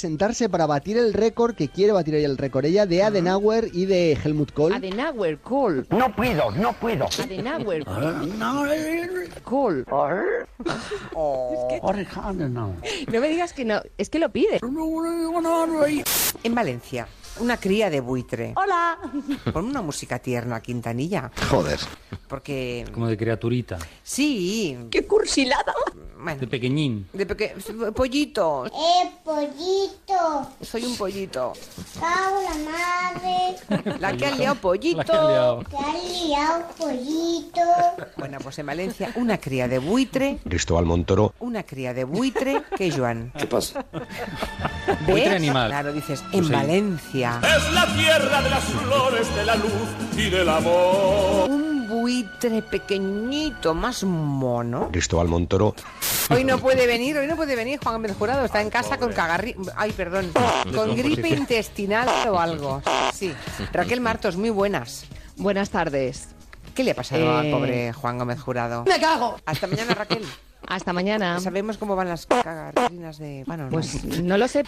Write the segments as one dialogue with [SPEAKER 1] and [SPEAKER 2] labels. [SPEAKER 1] presentarse para batir el récord que quiere batir el récord ella de Adenauer y de Helmut Kohl.
[SPEAKER 2] Adenauer, Kohl.
[SPEAKER 3] No puedo, no puedo.
[SPEAKER 2] Adenauer. Kohl. No me digas que no, es que lo pide.
[SPEAKER 4] En Valencia, una cría de buitre.
[SPEAKER 2] Hola.
[SPEAKER 4] Pon una música tierna, Quintanilla.
[SPEAKER 1] Joder.
[SPEAKER 4] Porque.
[SPEAKER 5] Como de criaturita,
[SPEAKER 4] Sí.
[SPEAKER 2] ¡Qué cursilada!
[SPEAKER 4] Bueno.
[SPEAKER 5] de pequeñín.
[SPEAKER 4] De peque... Pollito.
[SPEAKER 6] ¡Eh, pollito!
[SPEAKER 4] Soy un pollito.
[SPEAKER 6] ¡Cao la madre!
[SPEAKER 4] La que ha liado
[SPEAKER 5] La que ha
[SPEAKER 4] pollito.
[SPEAKER 5] liado.
[SPEAKER 6] ¡Te has liado, pollito!
[SPEAKER 4] Bueno, pues en Valencia, una cría de buitre.
[SPEAKER 7] Cristóbal Montoro.
[SPEAKER 4] Una cría de buitre que Joan.
[SPEAKER 7] ¿Qué pasa?
[SPEAKER 4] ¿Ves?
[SPEAKER 5] Buitre animal. Pues
[SPEAKER 4] Claro, dices, en Valencia.
[SPEAKER 8] Es la tierra de las flores, de la luz y del amor.
[SPEAKER 4] Un buitre pequeñito, más mono.
[SPEAKER 7] Cristóbal Montoro.
[SPEAKER 4] Hoy no puede venir, hoy no puede venir Juan Gómez Jurado. Está en casa con cagarri... Ay, perdón. Con gripe intestinal o algo. Sí. Raquel Martos, muy buenas.
[SPEAKER 2] Buenas tardes.
[SPEAKER 4] ¿Qué le ha pasado al
[SPEAKER 2] Eh.
[SPEAKER 4] pobre Juan Gómez Jurado?
[SPEAKER 2] ¡Me cago!
[SPEAKER 4] Hasta mañana, Raquel.
[SPEAKER 2] Hasta mañana.
[SPEAKER 4] Sabemos cómo van las cagarinas de... Bueno, no.
[SPEAKER 2] Pues no lo sé.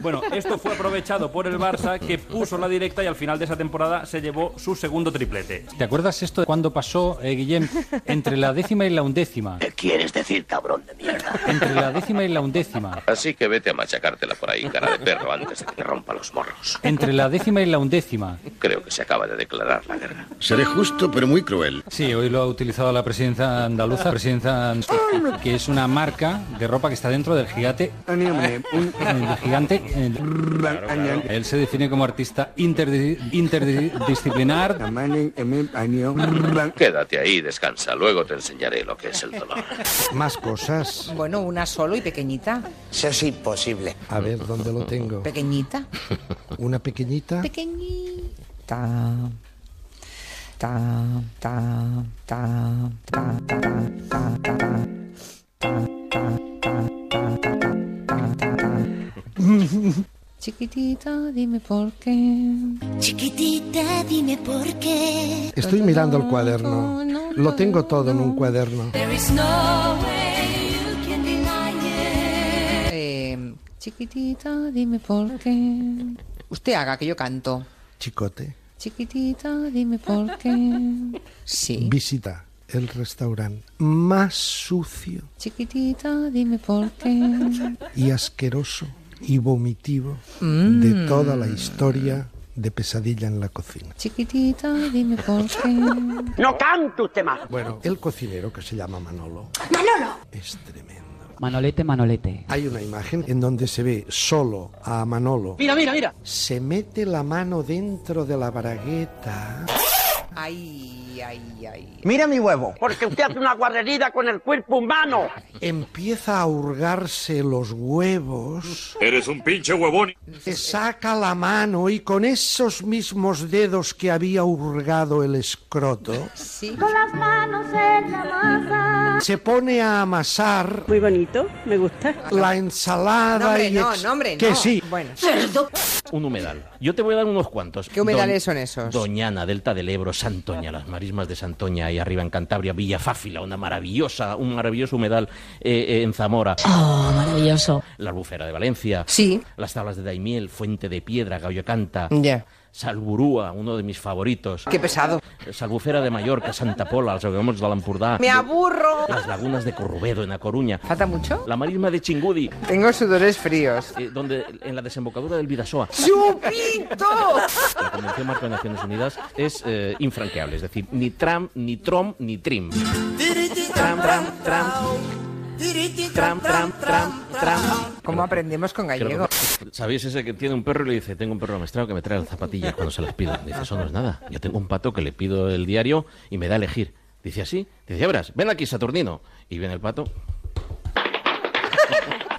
[SPEAKER 5] Bueno, esto fue aprovechado por el Barça que puso la directa y al final de esa temporada se llevó su segundo triplete. ¿Te acuerdas esto de cuando pasó, eh, Guillem, entre la décima y la undécima?
[SPEAKER 3] ¿Qué quieres decir, cabrón de mierda?
[SPEAKER 5] Entre la décima y la undécima.
[SPEAKER 8] Así que vete a machacártela por ahí, cara de perro, antes de que te rompa los morros.
[SPEAKER 5] Entre la décima y la undécima.
[SPEAKER 8] Creo que se acaba de declarar la guerra.
[SPEAKER 9] Seré justo, pero muy cruel.
[SPEAKER 5] Sí, hoy lo ha utilizado la presidencia andaluza, presidencia an- que es una marca de ropa que está dentro del gigante. Del gigante. eh, Él se define como artista interdi- interdisciplinar.
[SPEAKER 8] Quédate ahí, descansa. Luego te enseñaré lo que es el dolor.
[SPEAKER 10] Más cosas.
[SPEAKER 4] Bueno, una solo y pequeñita.
[SPEAKER 3] Eso es imposible.
[SPEAKER 10] A ver, ¿dónde lo tengo?
[SPEAKER 4] Pequeñita.
[SPEAKER 10] Una
[SPEAKER 4] Ah.
[SPEAKER 10] pequeñita.
[SPEAKER 4] Pequeñita. Ta, ta, ta, ta, ta, ta, ta, ta. Chiquitita, dime por qué.
[SPEAKER 6] Chiquitita, dime por qué.
[SPEAKER 10] Estoy mirando el cuaderno. Lo tengo todo en un cuaderno.
[SPEAKER 4] Eh, chiquitita, dime por qué. Usted haga que yo canto.
[SPEAKER 10] Chicote,
[SPEAKER 4] Chiquitita, dime por qué. Sí.
[SPEAKER 10] visita el restaurante más sucio
[SPEAKER 4] Chiquitita, dime por qué.
[SPEAKER 10] y asqueroso y vomitivo de toda la historia de pesadilla en la cocina.
[SPEAKER 4] Chiquitita, dime por qué.
[SPEAKER 3] No canto usted más.
[SPEAKER 10] Bueno, el cocinero que se llama Manolo. ¡Manolo! Es tremendo.
[SPEAKER 2] Manolete, Manolete.
[SPEAKER 10] Hay una imagen en donde se ve solo a Manolo.
[SPEAKER 3] Mira, mira, mira.
[SPEAKER 10] Se mete la mano dentro de la bragueta.
[SPEAKER 4] Ay, ay, ay.
[SPEAKER 3] Mira mi huevo. Porque usted hace una guarrerida con el cuerpo humano.
[SPEAKER 10] Empieza a hurgarse los huevos,
[SPEAKER 8] Eres un pinche huevón.
[SPEAKER 10] le saca la mano y con esos mismos dedos que había hurgado el escroto,
[SPEAKER 4] Sí.
[SPEAKER 10] se pone a amasar
[SPEAKER 2] Muy bonito, me gusta.
[SPEAKER 10] la
[SPEAKER 7] Ah,
[SPEAKER 10] ensalada
[SPEAKER 4] No, hombre,
[SPEAKER 10] y
[SPEAKER 4] no,
[SPEAKER 10] ex-
[SPEAKER 4] no, hombre, no.
[SPEAKER 10] que sí.
[SPEAKER 4] Bueno,
[SPEAKER 7] Un humedal. Yo te voy a dar unos cuantos.
[SPEAKER 4] ¿qué humedales son esos?
[SPEAKER 7] Doñana, Delta del Ebro, Santoña, las marismas de Santoña y arriba en Cantabria, Villa Fáfila, una maravillosa, un maravilloso humedal eh, eh, en Zamora,
[SPEAKER 2] Oh, maravilloso.
[SPEAKER 7] la Albufera de Valencia,
[SPEAKER 4] Sí.
[SPEAKER 7] las tablas de Daimiel, Fuente de Piedra, Gallocanta,
[SPEAKER 4] Ya.
[SPEAKER 7] Salburúa, uno de mis favoritos,
[SPEAKER 4] Qué pesado.
[SPEAKER 7] Salbufera de Mallorca, Santa Pola, los Aguamots de Alampurdá,
[SPEAKER 4] Me aburro.
[SPEAKER 7] las lagunas de Corrubedo en A Coruña,
[SPEAKER 4] ¿Falta mucho?
[SPEAKER 7] la marisma de Chingudi,
[SPEAKER 4] Tengo sudores fríos.
[SPEAKER 7] eh, donde en la desembocadura del Vidasoa.
[SPEAKER 4] ¡Chupito!
[SPEAKER 7] La Convención Marco de Naciones Unidas es eh, infranqueable, es decir, ni Trump, ni Trump, ni Trim. Tram, tram, tram. Tram, tram, tram, tram.
[SPEAKER 4] ¿Cómo aprendemos con gallego?
[SPEAKER 7] Creo que- ¿Sabéis ese que tiene un perro y le dice, tengo un perro amestrado que me trae las zapatillas cuando se las pido? Dice, eso no es nada. Yo tengo un pato que le pido el diario y me da a elegir. Dice así, dice, ya verás, ven aquí, Saturnino. Y viene el pato.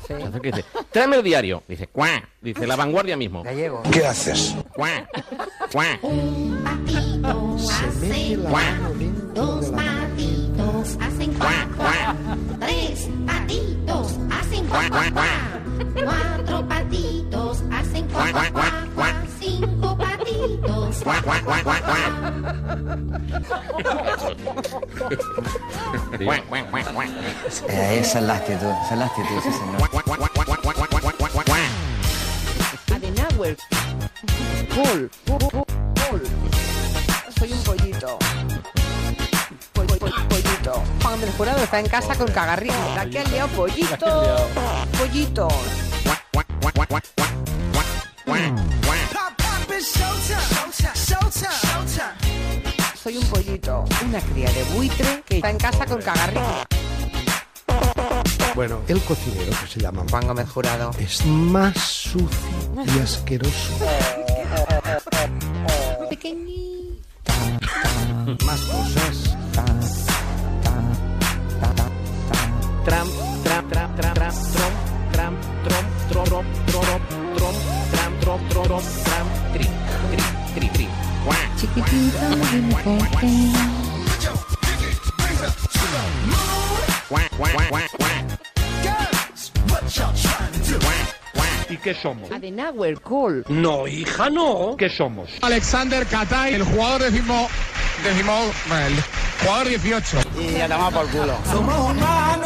[SPEAKER 7] Se acerca y dice, tráeme el diario. Dice, cuá. Dice, la vanguardia mismo.
[SPEAKER 4] Gallego.
[SPEAKER 9] ¿Qué haces?
[SPEAKER 7] Cuá, cuá.
[SPEAKER 6] Un patito hace cuá. Dos patitos hacen cuá, cuá. Tres patitos hacen cuá, cuá, cuá. Cuatro patitos hacen cuá, cuá, cuá, cuá. Cinco patitos
[SPEAKER 11] Eh, esa es la actitud, esa es la actitud, sí, señor.
[SPEAKER 4] Adenauer. Cool, cool, cool. Soy un pollito. Poll- poll- pollito. Juan del Jurado está en casa con cagarrín. La que ha liado pollito. Pollito. Soy un pollito. Una cría de buitre que está en casa con cagarrín.
[SPEAKER 10] Bueno, el cocinero que se llama
[SPEAKER 4] Juan Gómez Jurado
[SPEAKER 10] es más sucio y asqueroso, más cosas.
[SPEAKER 3] Tram, tram, tram, tram, tram, tram, tram, trom, trom, trom, trom, tram, trom, trom, trom, tram, tri, tri, tri, tri.
[SPEAKER 6] Chiquitita, muy fuerte.
[SPEAKER 8] ¿Y qué somos?
[SPEAKER 4] Adenauer, cool.
[SPEAKER 8] No, hija, no. ¿Qué somos?
[SPEAKER 12] Alexander Katay, el jugador decimo, decimo, el jugador 18.
[SPEAKER 3] Y a tomar por culo.
[SPEAKER 12] Somos humanos.